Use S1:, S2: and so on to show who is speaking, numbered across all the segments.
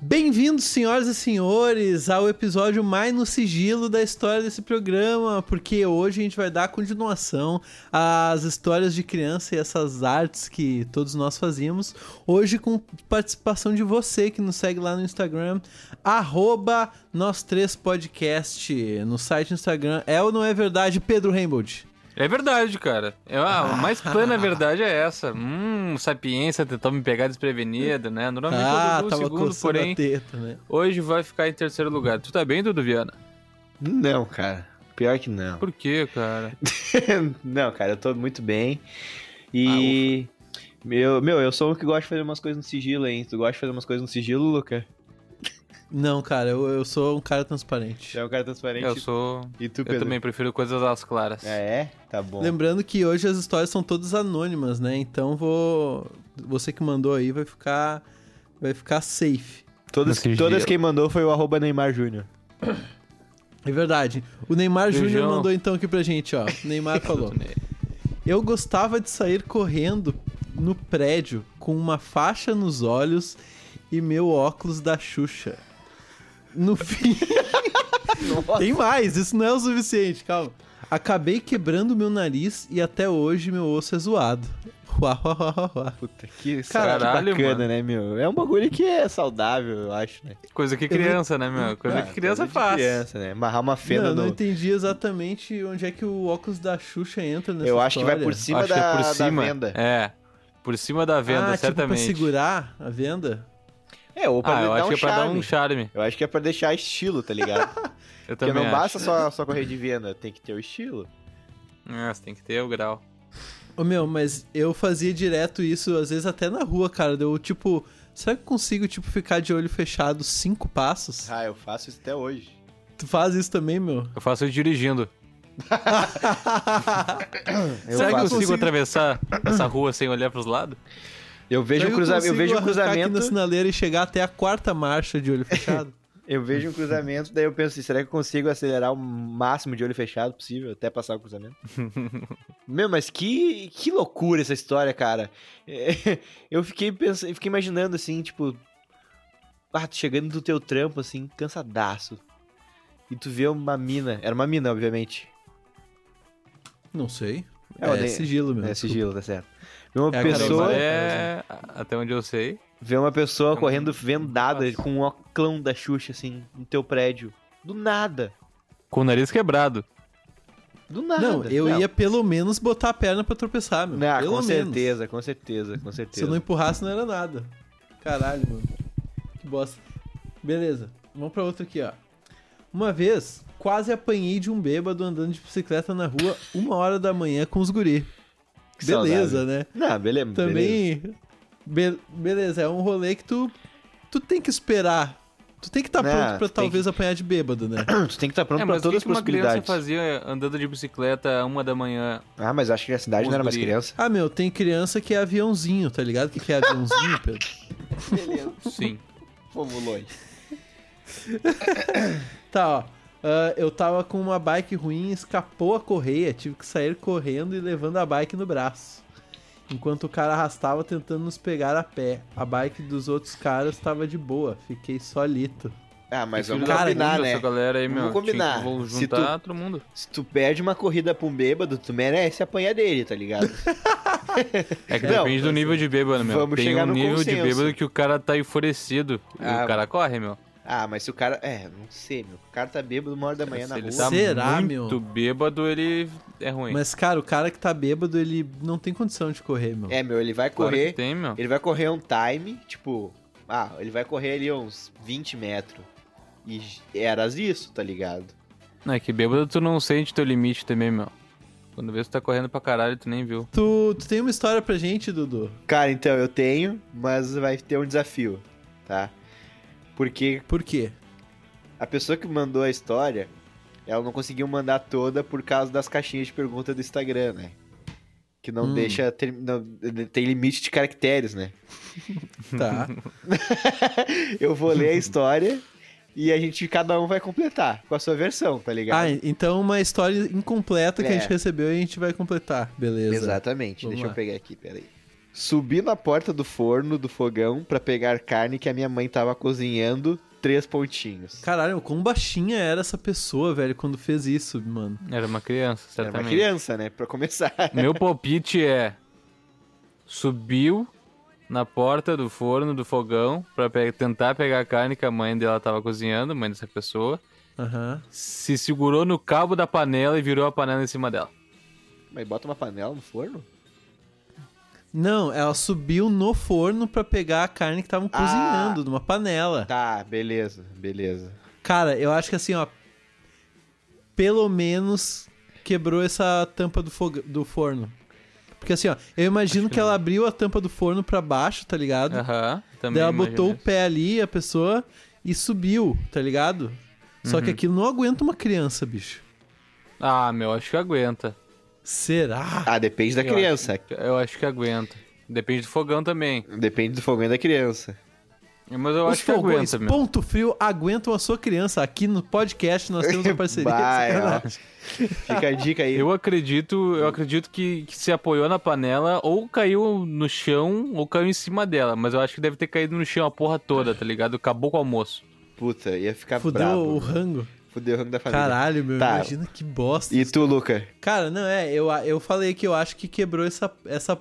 S1: Bem-vindos, senhoras e senhores, ao episódio mais no sigilo da história desse programa, porque hoje a gente vai dar continuação às histórias de criança e essas artes que todos nós fazíamos. Hoje com participação de você que nos segue lá no Instagram, arroba nós três podcast, no site do Instagram. É ou não é verdade, Pedro Reimbold?
S2: É verdade, cara. É, ah, a mais plana verdade é essa. Hum, sapiência tentou me pegar desprevenido, né? Normalmente
S3: Ah,
S2: eu
S1: Ah, tava
S2: duvido o segundo,
S1: coçando a
S2: porém,
S1: teta, né?
S2: hoje vai ficar em terceiro lugar. Tu tá bem, Dudu Viana?
S3: Não, cara. Pior que não.
S2: Por quê, cara?
S3: não, cara, eu tô muito bem. E. meu, meu, eu sou um que gosta de fazer umas coisas no sigilo, hein? Tu gosta de fazer umas coisas no sigilo, Luca?
S1: Não, cara, eu, eu sou um cara transparente.
S3: Tu é um cara transparente.
S2: Eu sou.
S3: E tu, Pedro?
S2: Eu também prefiro coisas às claras.
S3: Ah, é? Tá bom.
S1: Lembrando que hoje as histórias são todas anônimas, né? Então vou. Você que mandou aí vai ficar. Vai ficar safe.
S3: Todas,
S2: Mas que
S3: todas
S2: dia.
S3: quem mandou foi o arroba Neymar Júnior.
S1: É verdade. O Neymar Júnior
S2: Beijão.
S1: mandou então aqui pra gente, ó. O Neymar falou. Eu gostava de sair correndo no prédio com uma faixa nos olhos e meu óculos da Xuxa. No fim. Tem mais, isso não é o suficiente, calma. Acabei quebrando meu nariz e até hoje meu osso é zoado. Uau, uau, uau, uau, uau.
S3: Puta, que,
S2: Caralho,
S3: que bacana,
S2: mano.
S3: né, meu? É um bagulho que é saudável, eu acho, né?
S2: Coisa que criança, né, meu? Coisa
S3: Ah,
S2: que criança
S3: de
S2: faz.
S3: Criança, né? Amarrar uma
S1: Não,
S3: fenda
S1: eu não
S3: no...
S1: entendi exatamente onde é que o óculos da Xuxa entra nessa
S3: Eu acho que vai
S1: história.
S3: por cima,
S2: Acho
S3: da,
S2: que é por
S3: da
S2: cima.
S3: venda.
S2: É. Por cima da venda,
S1: ah, tipo,
S2: certamente.
S1: pra segurar a venda?
S3: É, ou pra
S2: ah, eu
S3: dar
S2: acho
S3: um
S2: que é pra dar
S3: charme.
S2: um charme.
S3: Eu acho que é pra deixar estilo, tá ligado?
S2: Eu
S3: Porque
S2: também
S3: não
S2: acho.
S3: basta só, só correr de venda, tem que ter o estilo.
S2: Ah, você tem que ter o grau.
S1: Ô meu, mas eu fazia direto isso, às vezes até na rua, cara. Eu, tipo, será que eu consigo, tipo, ficar de olho fechado cinco passos?
S3: Ah, eu faço isso até hoje.
S1: Tu faz isso também, meu?
S2: Eu faço dirigindo.
S3: Eu,
S2: Será que eu
S3: faço.
S2: consigo,
S1: consigo-
S2: atravessar essa rua sem olhar pros lados?
S3: eu vejo
S1: Será
S3: um
S1: que
S3: cruzamento, eu
S1: consigo
S3: vejo um
S1: arrancar aqui
S3: cruzamento,
S1: na sinaleira e chegar até a quarta marcha de olho fechado?
S3: eu vejo um cruzamento, daí eu penso assim, será que eu consigo acelerar o máximo de olho fechado possível até passar o cruzamento? Meu, mas que, que loucura essa história, cara. É, Eu fiquei pensando, fiquei imaginando assim, tipo, ah, tu chegando do teu trampo assim, cansadaço. E tu vê uma mina, era uma mina, obviamente.
S1: não sei.
S3: É,
S1: É,
S3: olha aí.
S1: sigilo, meu.
S3: É
S1: desculpa.
S3: sigilo, tá certo. Vê uma
S1: É a
S3: pessoa,
S1: Carolina.
S2: É, até onde eu sei.
S3: vê uma pessoa
S2: É um-
S3: correndo vendada
S2: Nossa.
S3: com um oclão da Xuxa, assim, no teu prédio. Do nada.
S2: Com o nariz quebrado.
S3: Do nada.
S1: Não, eu ia pelo menos botar a perna pra tropeçar, meu.
S3: Não,
S1: pelo
S3: com
S1: menos.
S3: certeza, com certeza, com certeza.
S1: Se eu não empurrasse, não era nada. Caralho, mano. Que bosta. Beleza, vamos pra outro aqui, ó. Uma vez, quase apanhei de um bêbado andando de bicicleta na rua uma hora da manhã com os guri.
S3: Que
S1: beleza,
S3: saudável.
S1: né?
S3: Não, beleza. beleza.
S1: Também. be- beleza, é um rolê que tu. Tu tem que esperar. Tu tem que estar
S3: Né,
S1: pronto pra
S3: tem
S1: talvez apanhar de bêbado, né?
S3: Tu tem que estar pronto
S2: é,
S3: pra
S2: mas o
S3: todas
S2: que,
S3: as
S2: que uma criança
S3: possibilidades.
S2: fazia andando de bicicleta uma da manhã?
S3: Ah, mas acho que a cidade
S2: Os
S3: não era mais
S2: guri.
S3: criança.
S1: Ah, meu, tem criança que é aviãozinho, tá ligado? O que, que é aviãozinho, Pedro?
S3: Beleza,
S2: Sim.
S3: fomos longe.
S1: Tá, ó. Ah, eu tava com uma bike ruim, escapou a correia, tive que sair correndo e levando a bike no braço. Enquanto o cara arrastava tentando nos pegar a pé. A bike dos outros caras tava de boa, fiquei solito.
S3: Ah, mas
S2: Que filho
S3: vamos
S2: da
S3: combinar,
S2: puta,
S3: né?
S2: essa galera aí,
S3: Vamos
S2: meu. Tinha que-
S3: combinar.
S2: Vou
S3: Se tu-
S2: juntar todo mundo.
S3: Se tu perde uma corrida pra um bêbado, tu merece apanhar dele, tá ligado?
S2: É que
S3: Não,
S2: depende do nível de bêbado, meu.
S3: vamos
S2: Tem
S3: chegar
S2: um
S3: no
S2: nível de
S3: consenso.
S2: bêbado que o cara tá enfurecido.
S3: Ah,
S2: o cara corre, meu.
S3: ah, mas se o cara... É, não sei, meu. O cara tá bêbado uma hora da manhã
S2: Se
S3: na
S2: ele
S3: rua.
S2: tá
S1: Será,
S2: muito
S1: meu?
S2: bêbado, ele é ruim.
S1: Mas, cara, o cara que tá bêbado, ele não tem condição de correr, meu.
S3: É, meu, ele vai
S2: Claro que
S3: correr...
S2: tem, meu.
S3: Ele vai correr um time, tipo, ah, ele vai correr ali uns 20 metros. E j- era isso, tá ligado?
S2: É que bêbado tu não sente teu limite também, meu. Quando vê tu tá correndo pra caralho, tu nem viu.
S1: Tu, tu tem uma história pra gente, Dudu?
S3: Cara, então eu tenho, mas vai ter um desafio, tá? Porque
S1: Por quê?
S3: a pessoa que mandou a história, ela não conseguiu mandar toda por causa das caixinhas de pergunta do Instagram, né? Que não
S1: Hum.
S3: deixa. ter- não- tem limite de caracteres, né?
S1: Tá.
S3: Eu vou ler a história e a gente, cada um vai completar com a sua versão, tá ligado?
S1: ah, então uma história incompleta que a gente
S3: É.
S1: recebeu e a gente vai completar. Beleza.
S3: Exatamente.
S1: Vamos
S3: Deixa
S1: lá.
S3: eu pegar aqui, peraí. Subi na porta do forno, do fogão, pra pegar carne que a minha mãe tava cozinhando, três pontinhos.
S1: Caralho, quão baixinha era essa pessoa, velho, quando fez isso, mano.
S2: Era uma criança,
S3: Era
S2: certamente.
S3: uma criança, né? Pra começar.
S2: Meu palpite é. Subiu na porta do forno, do fogão, pra pe- tentar pegar a carne que a mãe dela tava cozinhando, mãe dessa pessoa.
S1: Aham.
S2: Se segurou no cabo da panela e virou a panela em cima dela.
S3: Mas bota uma panela no forno?
S1: Não, ela subiu no forno pra pegar a carne que estavam
S3: Ah.
S1: cozinhando numa panela.
S3: Tá, beleza, beleza.
S1: Cara, eu acho que assim, ó. Pelo menos quebrou essa tampa do, fogo, do forno. Porque assim, ó, eu imagino que, ela abriu a tampa do forno pra baixo, tá ligado?
S2: Aham, também.
S1: Daí ela
S2: imagino
S1: botou o
S2: isso.
S1: pé ali, a pessoa, e subiu, tá ligado? Só
S2: Uhum.
S1: que aquilo não aguenta uma criança, bicho.
S2: Ah, meu, acho que aguenta.
S1: Será?
S3: Ah, depende da
S2: Eu
S3: criança.
S2: Eu acho que aguenta. Depende do fogão também.
S3: Depende do fogão da criança.
S2: Mas eu
S1: Os
S2: acho que
S1: fogões
S2: aguenta, meu.
S1: ponto frio aguentam a sua criança. Aqui no podcast nós temos uma parceria.
S3: Vai, ó.
S2: é.
S1: sacanagem.
S3: Fica a dica aí.
S2: Eu acredito, eu acredito que, que se apoiou na panela, ou caiu no chão, ou caiu em cima dela. Mas eu acho que deve ter caído no chão a porra toda, tá ligado? Acabou com o almoço.
S3: Puta, ia ficar
S1: Fudeu
S3: brabo.
S1: o rango.
S3: Fudeu o rango da família.
S1: Caralho, meu.
S3: Tá.
S1: Imagina que bosta.
S3: E tu, Luca?
S1: Cara, não, é, eu, eu falei que eu acho que quebrou essa, essa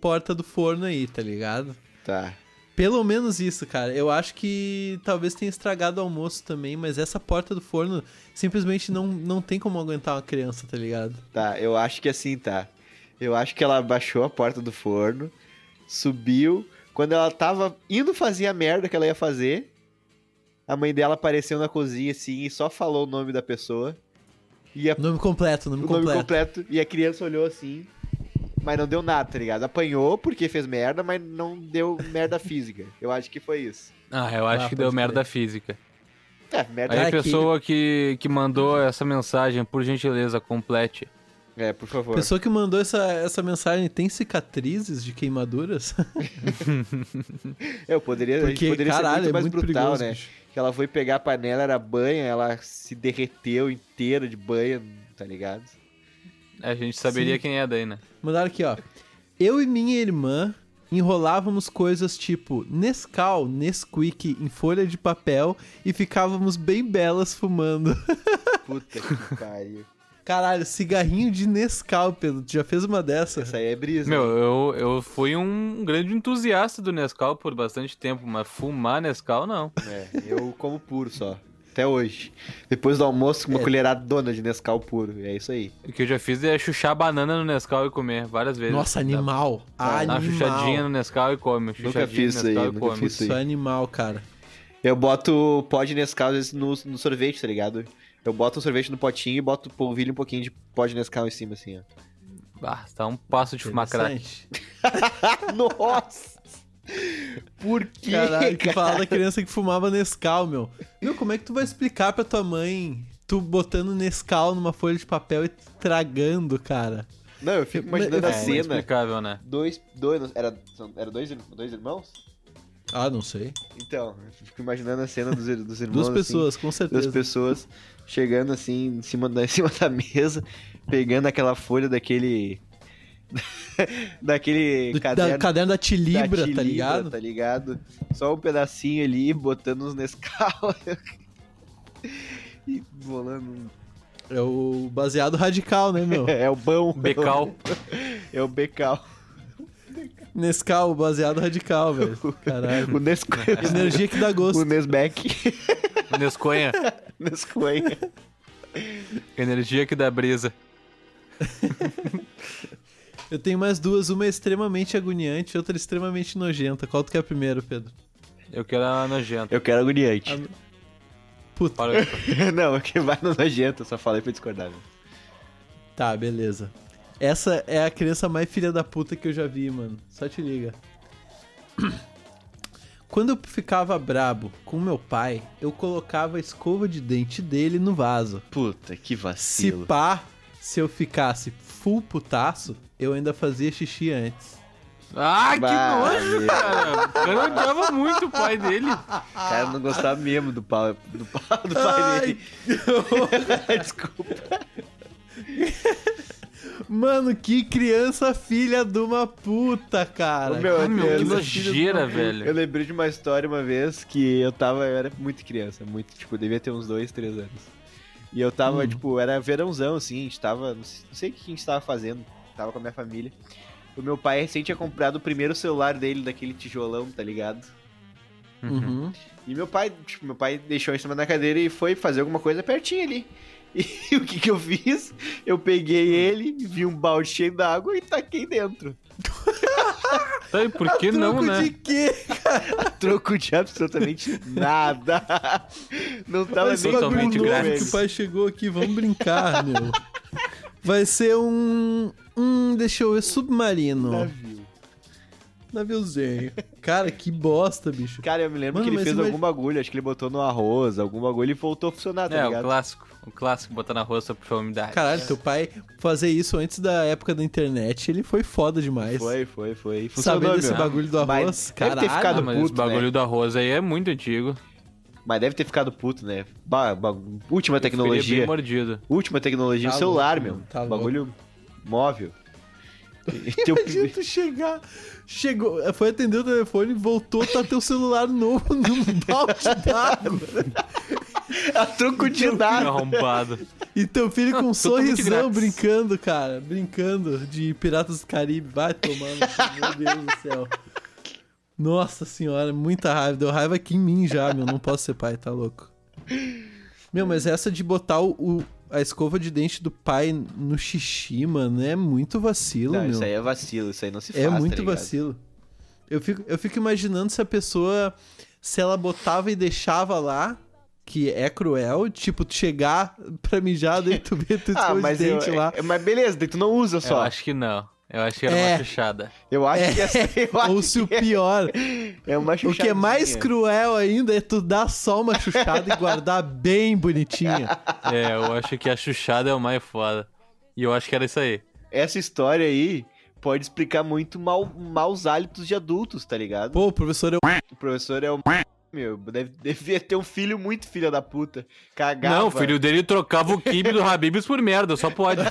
S1: porta do forno aí, tá ligado?
S3: Tá.
S1: Pelo menos isso, cara. Eu acho que talvez tenha estragado o almoço também, mas essa porta do forno simplesmente não, não tem como aguentar uma criança, tá ligado?
S3: Tá, eu acho que assim tá. Eu acho que ela baixou a porta do forno, subiu. Quando ela tava indo fazer a merda que ela ia fazer, a mãe dela apareceu na cozinha assim e só falou o nome da pessoa. E a-
S1: Nome completo,
S3: o
S1: nome
S3: nome
S1: completo.
S3: completo. E a criança olhou assim, mas não deu nada, tá ligado? Apanhou porque fez merda, mas não deu merda física. Eu acho que foi isso.
S2: Ah, eu acho
S1: Ah,
S2: que
S1: pode
S2: deu
S1: crer.
S2: merda física.
S3: É, merda.
S2: Aí a
S1: Cara, que-
S2: pessoa que, que mandou essa mensagem, por gentileza, complete.
S3: É, por favor.
S1: Pessoa que mandou essa, essa mensagem tem cicatrizes de queimaduras?
S3: Eu poderia, a gente
S1: Porque,
S3: poderia
S1: caralho,
S3: ser muito
S1: é
S3: mais
S1: muito
S3: brutal,
S1: perigoso,
S3: né?
S1: bicho.
S3: que ela foi pegar a panela, era banha, ela se derreteu inteira de banha, tá ligado?
S2: A gente saberia
S1: Sim.
S2: quem é daí, né?
S1: Mandaram aqui, ó. Eu e minha irmã enrolávamos coisas tipo Nescau, Nesquik em folha de papel e ficávamos bem belas fumando.
S3: Puta que pariu.
S1: Caralho, cigarrinho de Nescau, Pedro. Tu já fez uma dessa?
S3: Essa aí é brisa.
S2: Meu, eu, eu fui um grande entusiasta do Nescau por bastante tempo, mas fumar Nescau, não.
S3: É, eu como puro só. Até hoje. Depois do almoço, uma
S1: É. colheradona
S3: colherada de Nescau puro. É isso aí.
S2: O que eu já fiz é chuchar banana no Nescau e comer várias vezes.
S1: Nossa, animal.
S3: Dá-
S2: Dá
S1: animal.
S2: uma chuchadinha no Nescau e come. chuchadinha
S3: fiz
S2: no
S3: isso aí,
S2: Nescau e
S3: nunca
S2: come.
S3: fiz
S1: Isso é animal, cara.
S3: Eu boto pó de Nescau às vezes no, no sorvete, tá ligado? Eu boto o sorvete no potinho e boto polvilho e um pouquinho de pó de Nescau em cima, assim, ó.
S2: Ah, tá um passo de fumar crack.
S1: Interessante.
S3: Nossa! Por quê?
S1: Caralho, que
S3: cara?
S1: falar da criança que fumava Nescau, meu. Meu, como é que tu vai explicar pra tua mãe tu botando Nescau numa folha de papel e tragando, cara?
S3: Não, eu fico imaginando
S1: É,
S3: a cena.
S2: inexplicável, né?
S3: Dois, dois, era, era dois, ir- dois irmãos?
S1: Ah, não sei.
S3: Então, eu fico imaginando a cena dos, ir- dos irmãos.
S1: Duas
S3: assim,
S1: pessoas, com
S3: duas
S1: certeza.
S3: pessoas chegando assim em cima, da, em cima da mesa, pegando aquela folha daquele. daquele
S1: Do,
S3: caderno.
S1: da, caderno da
S3: da
S1: Tilibra, tá
S3: Tilibra,
S1: ligado?
S3: Tá ligado? Só um pedacinho ali, botando uns Nescau. e bolando. um
S1: É o baseado radical, né, meu?
S3: É, o bão.
S2: Um Becal.
S3: É o becal.
S1: Nescau, o baseado radical, velho. Caralho.
S3: O Nesco.
S1: É. Energia que dá
S3: o
S1: gosto.
S3: Nesbeck.
S2: Nesconha.
S3: Nescoen.
S2: Energia que dá brisa.
S1: Eu tenho mais duas, uma é extremamente agoniante, outra é extremamente nojenta. Qual tu quer primeiro, Pedro?
S2: Eu quero a nojenta.
S3: Eu quero agoniante.
S1: Puta.
S2: Para-
S3: Não, o que vai não nojento, eu só falei pra discordar. velho.
S1: Tá, beleza. Essa é a criança mais filha da puta que eu já vi, mano. Só te liga. Quando eu ficava brabo com meu pai, eu colocava a escova de dente dele no vaso.
S3: Puta, que
S1: Se
S3: vacilo.
S1: pá, se eu ficasse full putaço, eu ainda fazia xixi antes.
S2: Ah, que
S3: Bah,
S2: nojo,
S3: meu.
S2: cara. O cara odiava muito o pai dele.
S3: O cara não gostava mesmo do pau do, pau, do pai dele. Desculpa.
S1: Mano, que criança filha de uma puta, cara.
S3: Ô, meu,
S2: Ah, meu, que
S3: criança,
S2: nojeira,
S3: Eu
S2: velho.
S3: lembrei de uma história uma vez que eu tava, eu era muito criança, muito, tipo, devia ter uns dois, três anos. E eu tava, tipo, era verãozão, assim, a gente tava, não sei, não sei o que a gente tava fazendo, tava com a minha família. O meu pai recém tinha comprado o primeiro celular dele, daquele tijolão, tá ligado?
S2: Uhum.
S1: Uhum.
S3: E meu pai, tipo, meu pai deixou em cima da cadeira e foi fazer alguma coisa pertinho ali. E o que que eu fiz? Eu peguei ele, vi um balde cheio d'água e taquei dentro.
S2: Tá, e por que
S1: A
S2: não,
S1: troco
S2: né?
S1: de quê?
S3: Troco de absolutamente nada. Não tava
S1: Olha
S3: nem
S1: esse
S2: totalmente
S1: bagulho novo
S2: grátis.
S1: que o pai chegou aqui, vamos brincar, meu. Vai ser um... Hum, deixa eu ver, submarino.
S3: Navio.
S1: Naviozinho. Cara, que bosta, bicho.
S3: Cara, eu me lembro
S1: Mano,
S3: que ele
S1: mas
S3: fez
S1: imagina-
S3: algum bagulho, acho que ele botou no arroz, algum bagulho e voltou a funcionar, tá
S2: É, o
S3: ligado?
S2: clássico. O clássico, botar na roça pra umidade.
S1: Caralho, teu pai fazer isso antes da época da internet, ele foi foda demais.
S3: Foi, foi, foi. Funcionou,
S1: Sabendo esse
S3: meu.
S1: bagulho do
S3: Mas
S1: arroz,
S3: deve ter
S1: caralho.
S3: ficado
S2: Ah, mas esse
S3: puto,
S2: bagulho
S3: né?
S2: do arroz aí é muito antigo.
S3: Mas deve ter ficado puto, né? Ba- ba- Última
S2: Ficaria
S3: tecnologia.
S2: bem mordido.
S3: Última tecnologia
S1: Tá
S3: do celular,
S1: louco,
S3: meu.
S1: meu, tá
S3: Bagulho móvel. E um teu-
S1: Imagina tu chegar, chegou, foi atender o telefone, voltou, tá teu celular novo num balde d'água.
S3: a troco de
S2: Filho
S3: nada.
S2: Arrombado.
S1: E teu filho com um
S2: Totalmente
S1: sorrisão
S2: grátis.
S1: brincando, cara. Brincando de Piratas do Caribe. Vai tomando, assim, meu Deus do céu. Nossa senhora, muita raiva. Deu raiva aqui em mim já, meu. Não posso ser pai, tá louco. Meu, mas essa de botar o, o- a escova de dente do pai no xixi, mano, é muito vacilo,
S3: Não,
S1: meu.
S3: isso aí é vacilo, isso aí não se faz,
S1: É
S3: tá
S1: muito
S3: ligado?
S1: vacilo. Eu fico, eu fico imaginando se a pessoa, se ela botava e deixava lá, que é cruel, tipo, tu chegar pra mijar, daí tu vê tu
S3: Ah,
S1: escova
S3: mas,
S1: de
S3: eu,
S1: dente lá.
S3: é- mas beleza, daí tu não usa
S2: Eu
S3: só.
S2: acho que não. Eu acho que era
S1: É.
S2: uma chuchada.
S3: Eu acho
S1: É.
S3: É, que essa eu acho
S1: Ou se o
S3: que é-
S1: pior,
S3: é uma
S1: o que é mais
S3: chuchadinha.
S1: cruel ainda é tu dar só uma chuchada e guardar bem bonitinha.
S2: É, eu acho que a chuchada é o mais foda. E eu acho que era isso aí.
S3: Essa história aí pode explicar muito mal, maus hálitos de adultos, tá ligado?
S1: Pô, professor, eu...
S3: O professor é o. Meu, deve, devia ter um filho muito filha da puta. Cagava.
S2: Não, o filho dele trocava o kibe do Habibs por merda, só pode.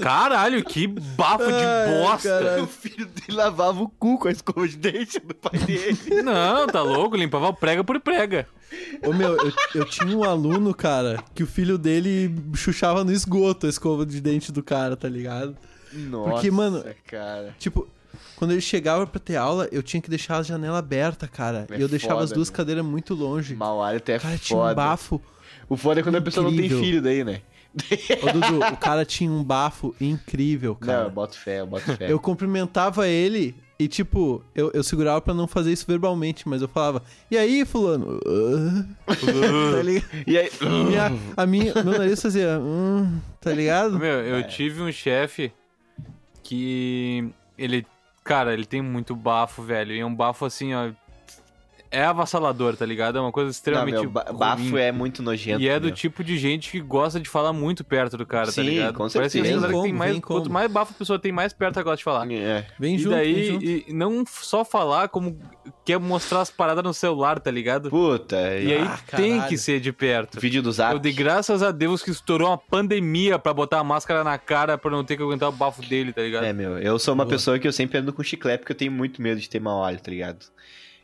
S2: Caralho, que bafo
S1: Ai,
S2: de bosta.
S1: caralho.
S3: O filho dele lavava o cu com a escova de dente do pai dele.
S2: Não, tá louco, limpava prega por prega.
S1: Ô, meu, eu, eu tinha um aluno, cara, que o filho dele chuchava no esgoto a escova de dente do cara, tá ligado?
S3: Nossa,
S1: Porque, mano,
S3: cara.
S1: Tipo, quando ele chegava pra ter aula, eu tinha que deixar a janela aberta, cara.
S3: É
S1: e eu deixava
S3: foda,
S1: as duas
S3: meu.
S1: cadeiras muito longe.
S3: Mau hálito é
S1: cara tinha um
S3: foda.
S1: bafo.
S3: o foda é quando a pessoa não tem
S1: Incrível.
S3: filho daí, né?
S1: Ô, Dudu, o cara tinha um bafo incrível,
S3: Não, é.
S1: cara.
S3: eu boto fé, eu boto fé.
S1: eu cumprimentava ele e, tipo, eu, eu segurava pra não fazer isso verbalmente, mas eu falava, e aí, fulano? Ah, tá ligado?
S3: E aí...
S1: Minha- a minha, meu nariz fazia, hum, tá ligado?
S2: Meu,
S3: É.
S2: eu tive um chefe que ele, cara, ele tem muito bafo, velho. E é um bafo assim, ó, é avassalador, tá ligado? É uma coisa
S3: Não,
S2: extremamente
S3: meu, ba-
S2: ruim.
S3: bafo é muito nojento.
S2: E é do
S3: meu.
S2: tipo de gente que gosta de falar muito perto do cara, tá
S3: Sim,
S2: ligado?
S3: com
S2: Parece que
S1: certeza.
S2: a galera que tem
S1: Vem
S2: mais,
S1: como, vem
S2: quanto
S1: como.
S2: mais bafo a pessoa tem, mais perto ela gosta de falar.
S3: É.
S1: Vem
S2: e
S1: junto, vem junto.
S2: daí, e não só falar, como quer mostrar as paradas no celular, tá ligado?
S3: Puta.
S2: E aí
S1: Ah,
S2: tem
S1: caralho.
S2: que ser de perto.
S3: Vídeo do zap.
S2: Eu dei graças a Deus que estourou uma pandemia pra botar a máscara na cara pra não ter que aguentar o bafo dele, tá ligado?
S3: É, meu, eu sou uma
S1: Boa.
S3: pessoa que eu sempre ando com chiclete porque eu tenho muito medo de ter mau hálito, tá ligado?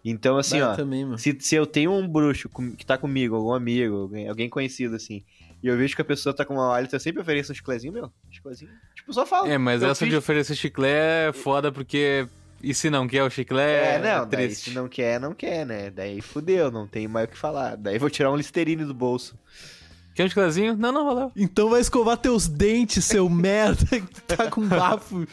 S3: Então, assim,
S1: Vai
S3: ó,
S1: também, mano.
S3: se, se eu tenho um bruxo com- que tá comigo, algum amigo, alguém, alguém conhecido, assim, e eu vejo que a pessoa tá com mau hálito, eu sempre ofereço um chiclezinho, meu, chiclezinho. Tipo, só falo.
S2: É, mas
S3: Eu
S2: essa de
S3: finjo-
S2: oferecer chiclé é foda porque. E se não quer o chiclé?
S3: É, não, daí
S2: triste.
S3: se não quer, não quer, né? Daí fudeu, não tem mais o que falar. Daí vou tirar um listerine do bolso.
S2: Quer um chiclezinho? Não, não, valeu.
S1: Então vai escovar teus dentes, seu merda, que tá com bafo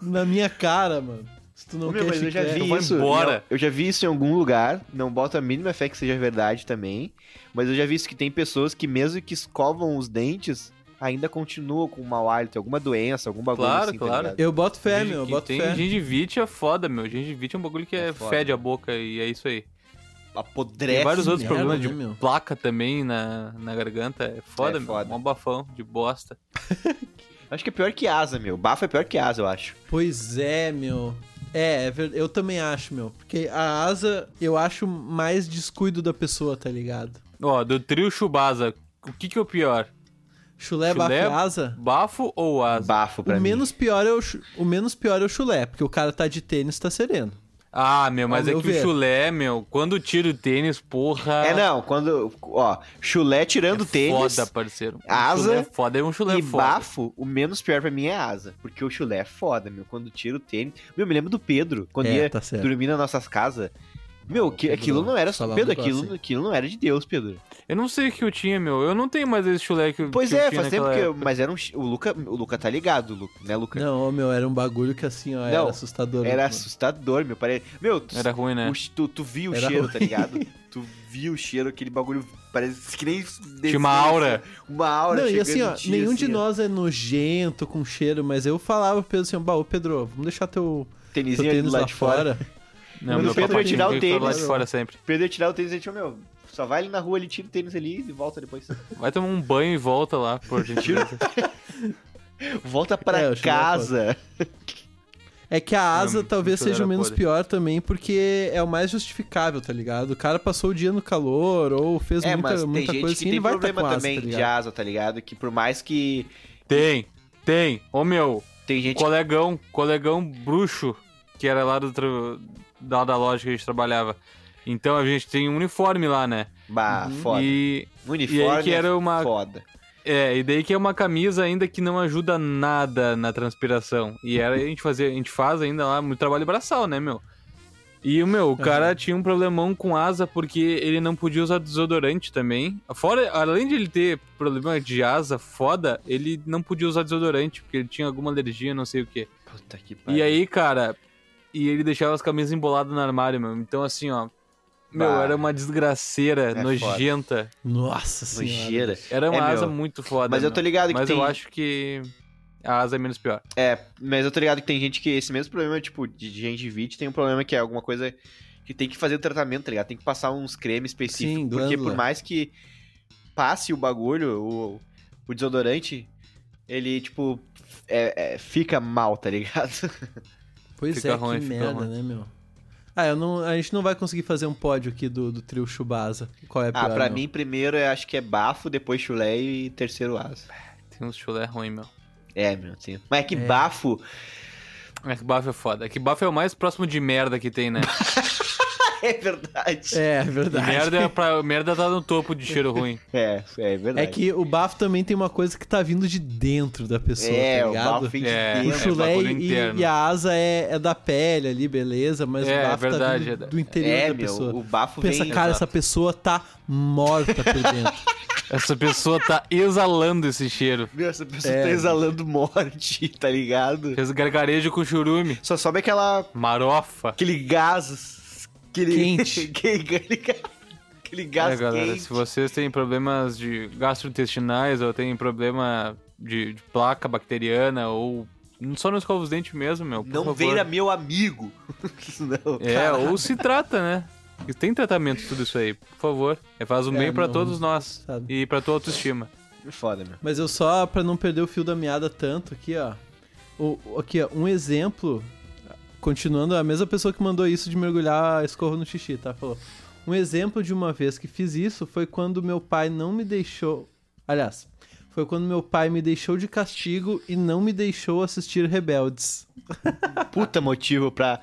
S1: na minha cara, mano. Se tu não
S3: Ô, meu,
S1: quer
S3: mas eu já
S1: chiclete.
S3: vi
S2: vai
S3: isso.
S2: embora.
S3: não, eu já vi isso em algum lugar. Não boto a mínima fé que seja verdade também. Mas eu já vi isso que tem pessoas que, mesmo que escovam os dentes, ainda continuam com mau hálito, alguma doença, algum bagulho
S2: Claro,
S3: assim, tá
S2: claro.
S3: ligado?
S1: Eu boto fé,
S2: Gengi-
S1: meu, eu
S2: que
S1: boto
S2: tem
S1: fé.
S2: gengivite é foda, meu. Gengivite é um bagulho que
S3: É
S2: é
S3: foda.
S2: fede a boca e é isso aí.
S3: Apodrece.
S2: Tem vários outros
S1: merda,
S2: problemas
S1: né,
S2: de
S1: meu?
S2: placa também na, na garganta. É
S3: É
S2: foda, meu.
S3: foda.
S2: Um abafão de bosta.
S3: Acho que é pior que asa, meu. Bafo é pior que asa, eu acho.
S1: Pois é, meu. É, é ver- eu também acho, meu. Porque a asa, eu acho mais descuido da pessoa, tá ligado?
S2: Ó, do trio Chubasa, o que que é o pior?
S1: Chulé,
S2: Chulé,
S1: chulé asa.
S2: Bafo ou asa?
S3: Bafo pra
S1: O
S3: mim.
S1: menos, pior é o, chu- o menos pior é o chulé, porque o cara tá de tênis, tá sereno.
S2: Ah, meu, mas
S1: Ao
S2: é que
S1: meu ver.
S2: o chulé, meu, quando tira o tênis, porra.
S3: É, não, quando. Ó, chulé tirando o tênis.
S2: É Foda, parceiro. Um
S3: asa
S2: chulé foda é um chulé
S3: e
S2: foda.
S3: bafo, o menos pior pra mim é a asa. Porque o chulé é foda, meu. Quando tira o tênis. Meu, me lembro do Pedro, quando
S1: é,
S3: ia
S1: tá certo.
S3: dormir nas nossas casas. Meu, que,
S1: Pedro
S3: aquilo não era.
S1: falava
S3: Pedro,
S1: muito
S3: aquilo,
S1: assim.
S3: aquilo não era de Deus, Pedro.
S2: Eu não sei o que eu tinha, meu. Eu não tenho mais esse chulé que
S3: Pois
S2: que eu
S3: é,
S2: Tipo, tinha
S3: faz tempo
S2: naquela
S3: que. eu-
S2: época.
S3: Mas era um. chi- O Luca, o Luca tá ligado, Lu- né, Luca?
S1: Não, ô, meu, era um bagulho que assim, ó, era
S3: Não,
S1: assustador.
S3: Era
S1: mano.
S3: assustador, meu. Pare... Meu, tu,
S2: Era ruim, né?
S3: o chi- tu, tu via o
S1: Era
S3: cheiro,
S1: ruim.
S3: tá ligado? Tu via o cheiro, aquele bagulho. Parece que nem.
S2: Tinha uma aura.
S3: Uma aura.
S1: Não, e
S3: chegando
S1: assim, ó,
S3: em ti,
S1: nenhum
S3: assim,
S1: de
S3: ó.
S1: nós é nojento com cheiro, mas eu falava pro Pedro assim, bah, ô Pedro, vamos deixar teu, teu
S3: Tênisinho ali
S1: tênis
S3: do
S1: lá,
S3: lado de fora.
S1: fora.
S2: Não,
S1: Quando
S2: meu
S1: o Pedro
S2: papai
S1: ia
S2: tinha
S1: tirar
S2: que
S1: o
S2: ficar lá
S1: tênis-
S2: de fora sempre.
S3: Pedro ia tirar o tênis e ele tinha, meu, só vai ali na rua, ele tira o tênis ali e volta depois.
S2: Vai tomar um banho e volta lá, por gentileza.
S3: Volta pra
S1: É, eu cheguei a
S3: casa.
S1: É que a asa
S2: Não,
S1: talvez
S2: aquilo
S1: seja
S2: era
S1: o menos
S2: podre.
S1: pior também, porque é o mais justificável, tá ligado? O cara passou o dia no calor ou fez
S3: É, mas
S1: muita, muita
S3: tem
S1: coisa
S3: gente
S1: assim,
S3: que tem
S1: ele vai estar
S3: problema
S1: com asa,
S3: também
S1: tá
S3: de
S1: ligado?
S3: asa, tá ligado? Que por mais que
S2: tem, tem. Ô, meu,
S3: tem gente...
S2: colegão, colegão bruxo, que era lá do tra- da, da loja que a gente trabalhava. Então a gente tem um uniforme lá, né?
S3: Bah, foda.
S2: E
S3: Uniforme
S2: e aí que
S3: é
S2: era uma-
S3: foda.
S2: é, e daí que é uma camisa ainda que não ajuda nada na transpiração. E era a gente fazer, a gente faz ainda lá muito trabalho braçal, né, meu? E o meu, o cara tinha um problemão com asa porque ele não podia usar desodorante também. Fora, além de ele ter problema de asa foda, ele não podia usar desodorante porque ele tinha alguma alergia, não sei o quê.
S3: Puta que pariu.
S2: E aí, cara, e ele deixava as camisas emboladas no armário, meu. Então, assim, ó. Meu,
S3: Bah. É
S2: era uma desgraceira,
S3: foda.
S2: nojenta.
S1: Nossa senhora.
S3: Nojeira.
S2: Era uma
S3: É, meu.
S2: asa muito foda.
S3: Mas eu tô
S2: meu.
S3: ligado que
S2: Mas
S3: tem...
S2: eu acho que a asa é menos pior.
S3: É, mas eu tô ligado que tem gente que... Esse mesmo problema, tipo, de gengivite, tem um problema que é alguma coisa que tem que fazer o tratamento, tá ligado? Tem que passar uns cremes específicos.
S1: Sim,
S3: porque por
S1: glândula.
S3: mais que passe o bagulho, o, o desodorante, ele, tipo, é- é, fica mal, tá ligado?
S1: É Pois
S2: Fica
S1: é,
S2: ruim,
S1: que
S2: fica
S1: merda,
S2: ruim.
S1: né, meu? Ah, eu não, a gente não vai conseguir fazer um pódio aqui do, do trio Chubasa. Qual é a pior,
S3: Ah, pra
S1: não.
S3: mim, primeiro eu acho que é bafo, depois chulé e terceiro asa.
S2: Tem uns chulé ruim, meu.
S3: É, meu, tem. Mas é que
S1: É.
S3: bafo.
S2: É que bafo é foda. É que bafo é o mais próximo de merda que tem, né?
S3: É verdade.
S1: É, é
S2: E
S1: verdade.
S2: merda, é pra, merda tá no topo de cheiro ruim.
S3: É, é
S1: É
S3: verdade.
S1: que o bafo também tem uma coisa que tá vindo de dentro da pessoa,
S3: É,
S1: tá
S3: o
S1: ligado?
S3: bafo né? vem de
S2: É,
S1: O
S2: é
S3: dentro.
S1: chulé
S2: bagulho
S1: e,
S2: interno.
S1: e a asa é, é da pele ali, beleza, mas
S2: É,
S1: o bafo
S2: verdade,
S1: tá
S2: é da-
S1: vindo do interior
S3: É,
S1: da
S3: meu,
S1: pessoa.
S3: o bafo
S1: Pensa,
S3: vem.
S1: cara,
S2: exato.
S1: essa pessoa tá morta por dentro.
S2: Essa pessoa tá exalando esse cheiro.
S3: Meu, essa pessoa
S1: É,
S3: tá
S1: meu.
S3: exalando morte, tá ligado?
S2: Fez gargarejo com churume.
S3: Só sobe aquela.
S2: Marofa.
S3: aquele gás. Aquele.
S1: Quente.
S3: aquele, aquele, aquele gás
S2: é, galera,
S3: quente.
S2: se vocês têm problemas de gastrointestinais ou têm problema de, de placa bacteriana ou só não escova os dentes mesmo, meu. por
S3: Não
S2: favor.
S3: veira meu amigo. não.
S2: É, ou se trata, né? E Tem tratamento tudo isso aí, por favor. É, faz um
S1: É,
S2: bem pra
S1: não-
S2: todos nós
S1: sabe.
S2: e pra tua autoestima. É
S3: é Foda, meu.
S1: Mas eu só, pra não perder o fio da meada tanto aqui, ó. O, o- aqui, ó, um exemplo. Continuando, a mesma pessoa que mandou isso de mergulhar a escova no xixi, tá? Falou. Um exemplo de uma vez que fiz isso foi quando meu pai não me deixou. Aliás, foi quando meu pai me deixou de castigo e não me deixou assistir Rebeldes.
S3: Puta motivo pra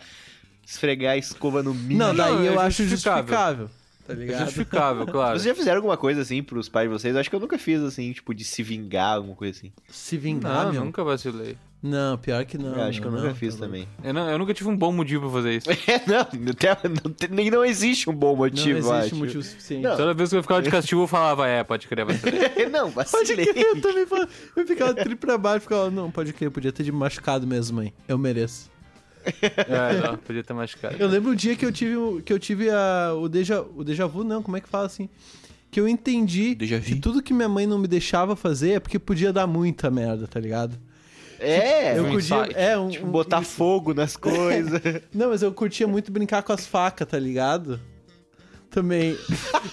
S3: esfregar a escova no milho.
S1: Não, daí
S2: Não, é
S1: eu acho
S2: justificável.
S1: justificável. Tá
S2: É
S1: ligado?
S2: justificável, claro.
S3: Vocês já fizeram alguma coisa assim pros pais de vocês? Eu acho que eu nunca fiz assim, tipo, de se vingar, alguma coisa assim.
S1: Se vingar,
S2: Não,
S1: tá, meu.
S2: nunca vacilei.
S1: Não, pior que não.
S3: eu É, acho que eu
S1: não,
S3: nunca
S1: não,
S3: fiz
S1: tá louco.
S3: também.
S2: Eu, não- eu nunca tive um bom motivo pra fazer isso.
S3: É, não, até, não tem- nem não existe um bom
S1: Não
S3: motivo, eu
S1: existe
S3: acho.
S1: motivo suficiente.
S3: Não.
S2: Toda vez que eu ficava de castigo, eu falava, é, pode crer, vacilei.
S3: não,
S1: Pode
S3: vacilei.
S1: crer, eu também falo- eu ficava tri pra baixo, ficava, não, pode crer, eu podia ter me machucado mesmo, mãe. Eu mereço.
S2: É, não, podia ter machucado.
S1: Eu lembro um dia que eu tive o- que eu tive a, o déjà o déjà vu, não, como é que fala assim? Que eu entendi que tudo que minha mãe não me deixava fazer é porque podia dar muita merda, tá ligado?
S3: É,
S1: eu
S2: um
S1: podia,
S2: insight.
S1: é um,
S3: tipo,
S1: um-
S3: botar fogo nas coisas.
S1: Não, mas eu curtia muito brincar com as facas, tá ligado? Também.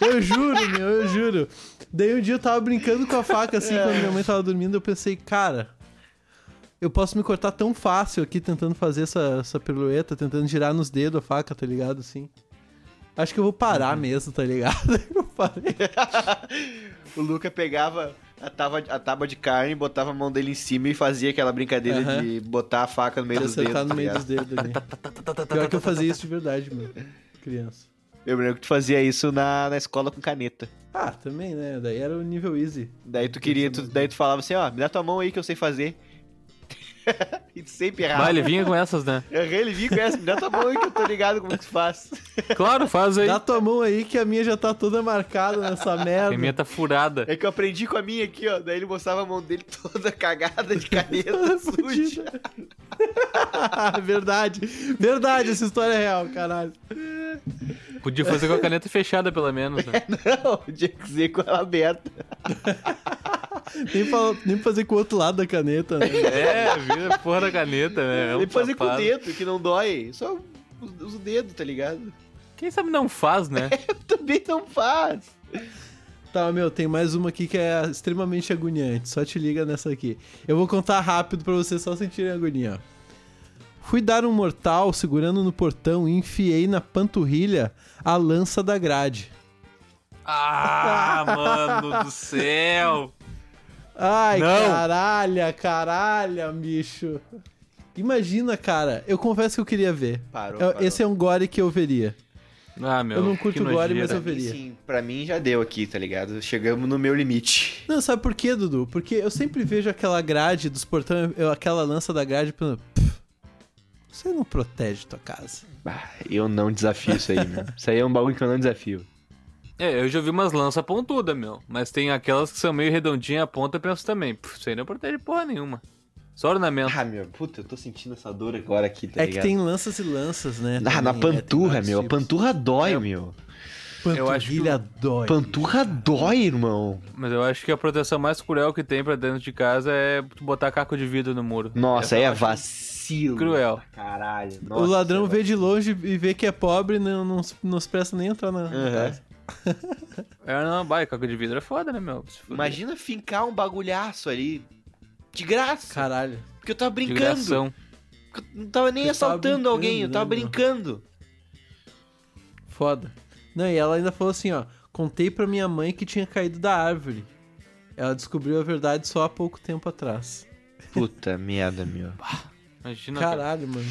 S1: Eu juro, meu, eu juro. Daí um dia eu tava brincando com a faca, assim, quando minha mãe tava dormindo, eu pensei, cara, eu posso me cortar tão fácil aqui tentando fazer essa, essa pirueta, tentando girar nos dedos a faca, tá ligado? Assim.
S3: Uhum.
S1: Acho que eu vou parar mesmo, tá ligado? Eu parei.
S3: o Luca pegava a tábua, a tábua de carne, botava a mão dele em cima e fazia aquela brincadeira
S1: Aham.
S3: de botar a faca no meio
S1: De
S3: dos dedos.
S1: acertar
S3: tá
S1: no meio
S3: ligado?
S1: dos dedos ali. Pior que eu fazia isso de verdade, mano. Criança.
S3: Eu me lembro que tu fazia isso na, na escola com caneta.
S1: Ah, também, né? Daí era o nível easy.
S3: Daí tu queria, tu- daí tu falava assim, ó, me dá tua mão aí que eu sei fazer. e tu sempre errava.
S2: Vai, ele vinha com essas, né?
S3: Errei, ele vinha com essa, me dá tua mão aí que eu tô ligado como é que tu faz.
S2: Claro, faz aí.
S1: Dá tua mão aí que a minha já tá toda marcada nessa merda.
S2: A minha tá furada.
S3: É que eu aprendi com a minha aqui, ó. Daí ele mostrava a mão dele toda cagada de
S1: Tá
S3: caneta suja.
S1: Fudida. verdade. Verdade, essa história é real, caralho.
S2: Podia fazer com a caneta fechada, pelo menos, né?
S3: Não, tinha que ser com ela aberta.
S1: Nem, fal- nem fazer com o outro lado da caneta, né?
S2: É, vira a porra da caneta, né? É um
S3: Ele fazia com o
S2: safado.
S3: dedo, que não dói. Só usa o dedo, tá ligado?
S2: Quem sabe não faz, né?
S3: Também não faz.
S1: Tá, meu, tem mais uma aqui que é extremamente agoniante. Só te liga nessa aqui. Eu vou contar rápido pra vocês só sentirem a agonia. ó. Fui dar um mortal segurando no portão e enfiei na panturrilha a lança da grade.
S2: Ah, mano do céu!
S1: Ai,
S2: Não.
S1: caralho, caralho, bicho. Imagina, cara. Eu confesso que eu queria ver.
S3: Parou,
S1: Eu-
S3: parou.
S1: Esse é um gore que eu veria.
S2: Ah, meu.
S1: Eu não curto
S2: que
S1: gore,
S2: nojeira.
S1: mas eu
S3: Pra mim,
S1: veria.
S3: sim, pra mim já deu aqui, tá ligado? Chegamos no meu limite.
S1: Não, sabe por quê, Dudu? Porque eu sempre vejo aquela grade dos portões, eu- aquela lança da grade, pensando, "Pff, você não protege tua casa.
S3: Bah, eu não desafio isso aí, meu. Isso aí é um bagulho que eu não desafio.
S2: É, eu já vi umas lanças pontudas, meu. Mas tem aquelas que são meio redondinhas a ponta, eu penso também. Puf, isso aí não protege porra nenhuma. Só ornamento.
S3: Ah, meu, puta, eu tô sentindo essa dor agora aqui, tá
S1: é
S3: ligado?
S1: que tem lanças e lanças, né?
S3: Ah, na
S1: também, é, tem
S3: panturra,
S1: vários
S3: meu. A
S1: tipos.
S3: panturra dói,
S1: um
S2: É.
S3: meu.
S2: Eu acho que o-
S1: Panturrilha dói.
S3: Panturra dói, irmão.
S2: Mas eu acho que a proteção mais cruel que tem pra dentro de casa é tu botar caco de vidro no muro.
S3: Nossa, aí
S2: Essa
S3: é
S2: eu acho
S3: vacilo.
S2: Cruel.
S3: Caralho.
S1: o ladrão vê de longe e vê que é pobre e não, não, não se presta nem entrar na na
S3: Aham.
S1: casa.
S2: É, não, vai, caco de vidro é foda, né, meu? Se fuder.
S3: Imagina fincar um bagulhaço ali. De graça.
S1: Caralho.
S3: porque eu tava
S2: De
S3: brincando.
S2: gração.
S3: Eu não tava nem
S1: Você tava
S3: assaltando alguém, eu
S1: brincando,
S3: tava
S1: né, meu?
S3: brincando.
S1: Foda. Não, e ela ainda falou assim, ó. Contei pra minha mãe que tinha caído da árvore. Ela descobriu a verdade só há pouco tempo atrás.
S3: Puta merda, meu.
S2: Imagina. cara.
S1: Caralho, mano.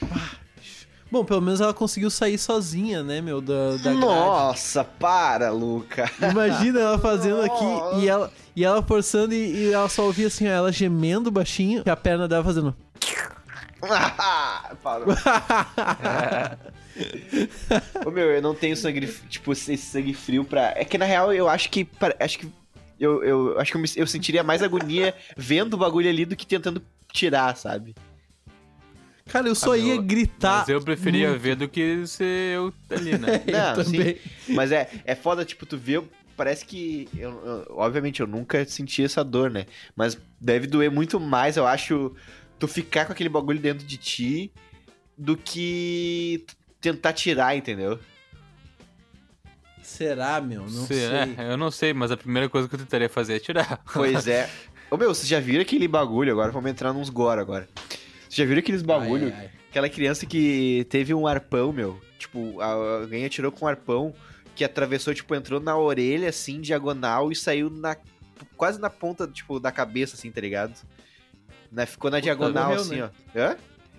S1: Pá, bicho. Bom, pelo menos ela conseguiu sair sozinha, né, meu, da, da grade.
S3: Nossa, para, Luca.
S1: Imagina ela fazendo aqui e ela, e ela forçando e, e ela só ouvia assim, ó, ela gemendo baixinho e a perna dela fazendo.
S3: Parou. Ô, meu, eu não tenho sangue, tipo, esse sangue frio pra... É que, na real, eu acho que... pra- Acho que eu, eu acho que eu, me- eu sentiria mais agonia vendo o bagulho ali do que tentando tirar, sabe?
S1: Cara, eu só
S2: Ah, meu,
S1: ia gritar.
S2: Mas eu preferia
S1: muito.
S2: ver do que ser eu ali, né?
S1: Eu
S3: Não,
S1: também.
S3: Mas é, é foda, tipo, tu vê, parece que. eu- eu- obviamente eu nunca senti essa dor, né? Mas deve doer muito mais, eu acho, tu ficar com aquele bagulho dentro de ti do que t- tentar tirar, entendeu?
S1: Será, meu? Não
S2: Se-
S1: sei.
S2: é, eu não sei, mas a primeira coisa que eu tentaria fazer é tirar.
S3: Pois é. Ô meu, vocês já viram aquele bagulho agora? Vamos entrar nos gore agora. Vocês já viram aqueles bagulho?
S1: Ai, ai, ai.
S3: Aquela criança que teve um arpão, meu. Tipo, a- alguém atirou com um arpão que atravessou, tipo, entrou na orelha, assim, diagonal e saiu na quase na ponta, tipo, da cabeça, assim, tá ligado? Na, ficou na diagonal,
S1: morreu,
S3: assim,
S1: né?
S3: ó. Hã?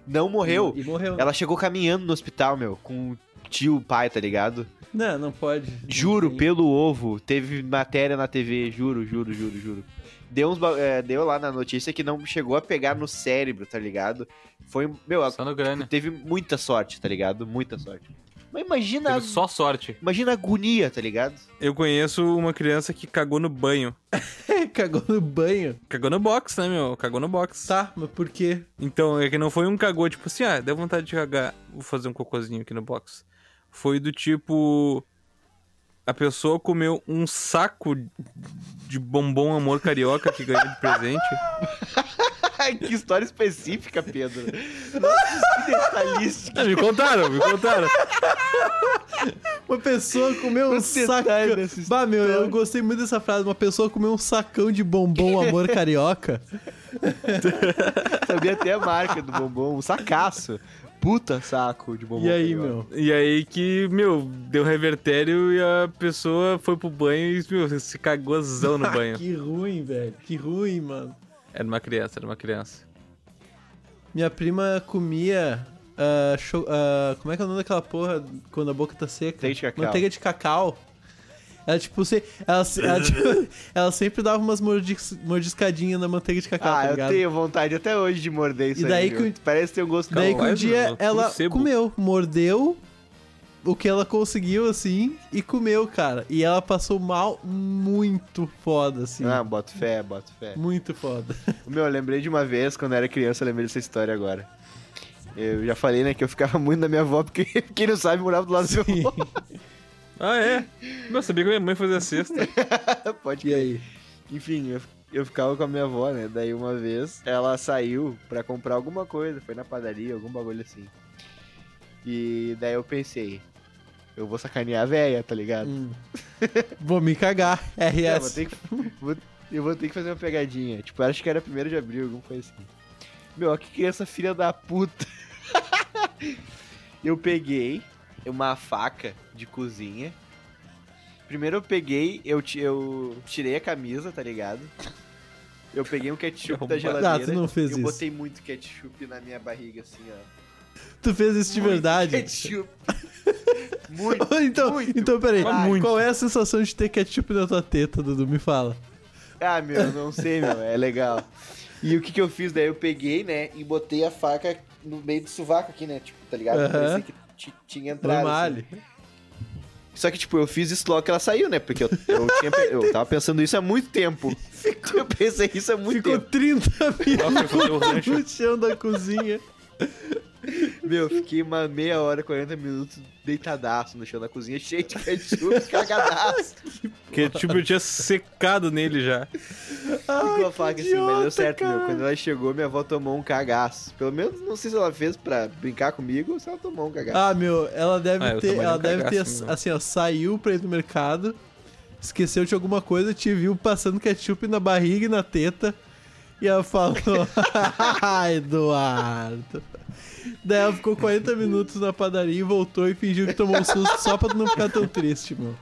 S3: Não morreu.
S1: E, e morreu.
S3: Ela chegou caminhando no hospital, meu, com o tio, o pai, tá ligado?
S1: Não, não pode.
S3: Juro,
S1: Não tem.
S3: pelo ovo. Teve matéria na TV, juro, juro, juro, juro. Deu, uns, ba- eh, deu lá na notícia que não chegou a pegar no cérebro, tá ligado? Foi, meu, a
S2: Só no grana.
S3: teve muita sorte, tá ligado? Muita sorte. Mas imagina,
S2: Teve só sorte.
S3: imagina a agonia, tá ligado?
S2: Eu conheço uma criança que cagou no banho.
S1: Cagou no banho.
S2: Cagou no box, né, meu? Cagou no box.
S1: Tá, mas por quê?
S2: Então, é que não foi um cagou, tipo assim, ah, deu vontade de cagar, vou fazer um cocôzinho aqui no box. Foi do tipo. A pessoa comeu um saco de bombom amor carioca que ganhou de presente.
S3: que história específica, Pedro. Nossa, que detalhística.
S2: me contaram, me contaram.
S1: Uma pessoa comeu um
S3: Os detalhes
S1: sacão.
S3: dessa
S1: Bah, meu, eu
S3: história.
S1: gostei muito dessa frase. Uma pessoa comeu um sacão de bombom amor carioca.
S3: Sabia até a marca do bombom, um sacaço. puta saco de bobo.
S1: E aí,
S3: feio, ó.
S1: meu?
S2: E aí que, meu, deu revertério e a pessoa foi pro banho e, meu, se cagouzão no banho.
S1: que ruim, velho. Que ruim, mano.
S2: Era uma criança, era uma criança.
S1: Minha prima comia. ah, cho- ah, como é que é o nome daquela porra quando a boca tá seca?
S3: Leite de cacau.
S1: Manteiga de cacau. Ela, tipo, se, ela, se- ela, tipo, ela sempre dava umas mordis, mordiscadinhas na manteiga de cacau,
S3: Ah,
S1: tá
S3: eu
S1: ligado?
S3: tenho vontade até hoje de morder isso
S1: E daí
S3: aí. viu?
S1: que-
S3: Parece ter um gosto
S1: Daí que um
S3: calmo.
S2: Caralho,
S1: dia
S2: mano,
S1: ela
S2: que sebo.
S1: comeu, mordeu o que ela conseguiu, assim, e comeu, cara. E ela passou mal muito foda, assim.
S3: Ah, boto fé, boto fé.
S1: Muito foda.
S3: Meu, eu lembrei de uma vez, quando eu era criança, eu lembrei dessa história agora. Eu já falei, né, que eu ficava muito na minha avó, porque quem não sabe morava do lado do meu avô.
S2: Ah, é? Meu, sabia que minha mãe fazia cesta.
S3: Pode
S1: E aí?
S3: Enfim, eu, eu ficava com a minha avó, né? Daí uma vez ela saiu pra comprar alguma coisa, foi na padaria, algum bagulho assim. E daí eu pensei, eu vou sacanear a véia, tá ligado?
S1: Hum. Vou me cagar,
S3: Eu, vou
S1: RS.
S3: ter que, vou- eu vou ter que fazer uma pegadinha. Tipo, acho que era 1 de abril, alguma coisa assim. Meu, ó, que criança filha da puta. eu peguei uma faca de cozinha. Primeiro eu peguei, eu, ti- eu tirei a camisa, tá ligado? Eu peguei um
S1: É
S3: ketchup da
S2: Ah, tu
S3: geladeira.
S1: não fez
S3: eu
S1: isso.
S3: botei muito ketchup na minha barriga, assim, ó.
S1: Tu fez isso de
S3: Muito
S1: verdade?
S3: Ketchup. muito.
S1: então,
S3: muito.
S1: então, peraí.
S2: Mas muito.
S1: Qual é a sensação de ter ketchup na tua teta, Dudu? Me fala.
S3: Ah, meu, eu não sei, meu, é legal. E o que que eu fiz? Daí eu peguei, né, e botei a faca no meio do sovaco aqui, né, tipo, tá ligado?
S1: Aham.
S3: Parecia que ti- tinha entrado. assim.
S1: Normale.
S3: Só que, tipo, eu fiz isso logo que ela saiu, né, porque eu, eu, tinha pe- eu tava pensando isso há muito tempo. Eu pensei isso há muito
S1: Ficou
S3: tempo.
S1: 30
S2: Nossa, foi o
S1: minutos
S2: rancho.
S1: no chão da cozinha.
S3: Meu, fiquei uma meia hora, 40 minutos deitadaço no chão da cozinha, cheio de ketchup, cagadaço.
S2: Que tipo, eu tinha secado nele já.
S1: Ai,
S3: Ficou a faca assim, mas
S1: idiota,
S3: deu certo,
S1: cara.
S3: meu. Quando ela chegou, minha avó tomou um cagaço. Pelo menos, não sei se ela fez pra brincar comigo ou se ela tomou um cagaço.
S1: Ah, meu, ela deve
S2: Ah, eu
S1: ter.
S2: também
S1: Ela
S2: não
S1: deve ter
S2: cagasse, não.
S1: assim, ó, saiu pra ir no mercado, esqueceu de alguma coisa, te viu passando ketchup na barriga e na teta. E ela falou, "Ah, Eduardo. Daí ela ficou 40 minutos na padaria e voltou e fingiu que tomou um susto só pra tu não ficar tão triste, meu.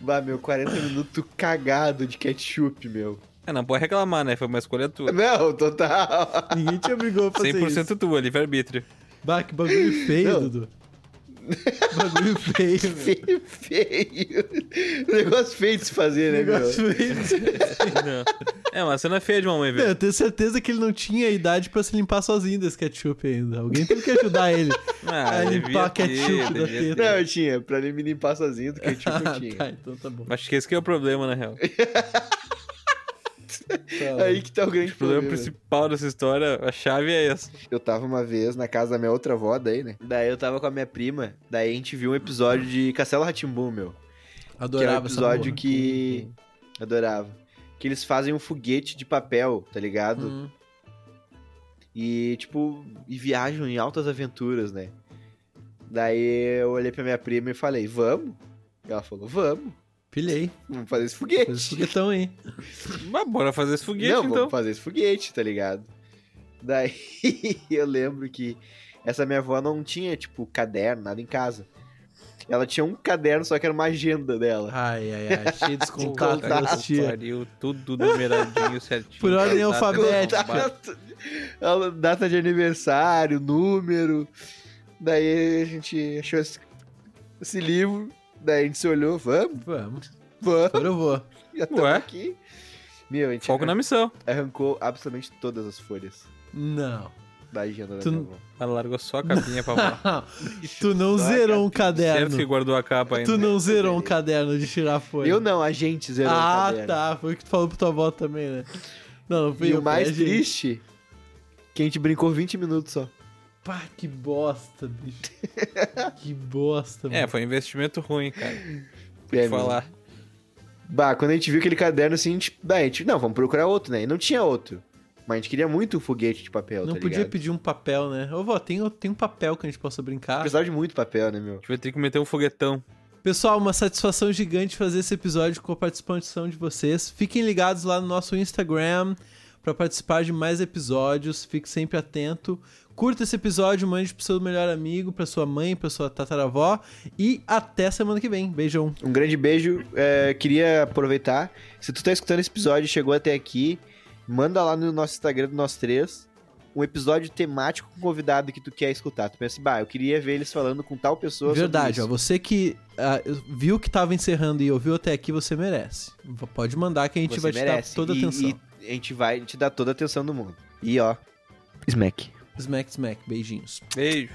S3: Bah, meu, 40 minutos cagado de ketchup, meu.
S2: É, não pode reclamar, né? Foi uma escolha tua.
S3: Não, total.
S1: Ninguém te obrigou a fazer isso.
S2: 100% tua, livre-arbítrio.
S1: Bah, que bagulho feio,
S3: Não.
S1: Dudu. Bagulho feio, meu.
S3: Feio, feio. Negócio feio de se fazer, né, meu?
S1: Negócio feio.
S2: Não. É uma cena feia de mamãe,
S1: Meu,
S2: velho.
S1: eu tenho certeza que ele não tinha idade pra se limpar sozinho desse ketchup ainda. Alguém teve que ajudar ele.
S2: Ah,
S1: é limpar
S2: devia
S1: ketchup
S2: ter,
S1: da
S2: devia
S1: teta.
S2: ter.
S3: Não, eu tinha. Pra mim me limpar sozinho do ketchup eu tinha.
S1: tá, então tá bom.
S2: Acho que esse que é o problema, na real.
S1: Tá
S3: Aí que tá o grande
S2: O problema
S3: problema.
S2: principal dessa história, a chave é essa.
S3: Eu tava uma vez na casa da minha outra avó, daí, né? Daí eu tava com a minha prima. Daí a gente viu um episódio de Castelo Ratimbu, meu.
S1: bom. Adorava
S3: que era o episódio
S1: essa porra.
S3: que. Adorava. Que eles fazem um foguete de papel, tá ligado?
S1: Hum.
S3: E, tipo, e viajam em altas aventuras, né? Daí eu olhei pra minha prima e falei, vamos? E ela falou, vamos,
S1: Pilhei.
S3: vamos fazer esse foguete.
S1: Fez esse foguetão aí.
S2: Mas bora fazer esse foguete,
S3: Não,
S2: então.
S3: vamos fazer esse foguete, tá ligado? Daí eu lembro que essa minha avó não tinha, tipo, caderno, nada em casa. Ela tinha um caderno, só que era uma agenda dela.
S1: Ai, ai, ai. Cheio de contato
S3: Contato.
S1: das tia.
S2: Pariu, tudo numeradinho certinho. tá um
S1: Por ordem
S2: Data
S1: alfabética.
S2: arrombada.
S3: Contato, Né, ela- data de aniversário, número. Daí a gente achou esse, esse livro, daí a gente se olhou, vamos,
S1: Vamos.
S3: vamos.
S1: Agora eu vou.
S3: Já tamo
S2: Ué?
S3: aqui. Meu, a gente
S2: Foco na
S3: arran-
S2: missão.
S3: arrancou absolutamente todas as folhas
S1: Não.
S3: da agenda
S1: Tu-
S3: da minha avó.
S2: Ela largou só a capinha pra lá.
S1: tu não
S3: Só a
S1: zerou um
S2: Certo
S1: caderno.
S2: que guardou a capa ainda.
S1: Tu não zerou um caderno de tirar folha.
S3: Eu não, a gente zerou o
S1: Ah,
S3: caderno.
S1: tá. Foi o que tu falou pra tua avó também, né? Não, não foi
S3: E
S1: eu,
S3: o
S1: foi
S3: mais
S1: a gente.
S3: triste, que a gente brincou 20 minutos só.
S1: Pá, que bosta, bicho. que bosta, mano.
S2: É, foi um investimento ruim, cara. Vou
S3: É,
S2: te falar.
S3: Bah, quando a gente viu aquele caderno assim, a gente... Bah, a gente... Não, vamos procurar outro, né? E não tinha outro. Mas a gente queria muito o foguete de papel,
S1: Não
S3: tá
S1: podia
S3: ligado?
S1: pedir um papel, né? Ô, vó, tem, tem um papel que a gente possa brincar.
S3: Precisava de muito papel, né, meu?
S2: A gente vai ter que meter um foguetão.
S1: Pessoal, uma satisfação gigante fazer esse episódio com a participação de vocês. Fiquem ligados lá no nosso Instagram para participar de mais episódios. Fique sempre atento. Curta esse episódio, mande pro seu melhor amigo, pra sua mãe, pra sua tataravó. E até semana que vem. Beijão.
S3: Um grande beijo. É, queria aproveitar. Se tu tá escutando esse episódio e chegou até aqui, manda lá no nosso Instagram do Nós Três um episódio temático com um convidado que tu quer escutar. Tu pensa, assim, bah, eu queria ver eles falando com tal pessoa. sobre
S1: Verdade,
S3: isso."
S1: ó. Você que ah, viu que tava encerrando e ouviu até aqui, você merece. V- Pode mandar que a gente
S3: Você
S1: vai
S3: merece.
S1: te dar toda a
S3: E-
S1: atenção.
S3: E, a gente vai te dar toda a atenção do mundo. E ó, smack.
S1: Smack, smack. Beijinhos.
S2: Beijo.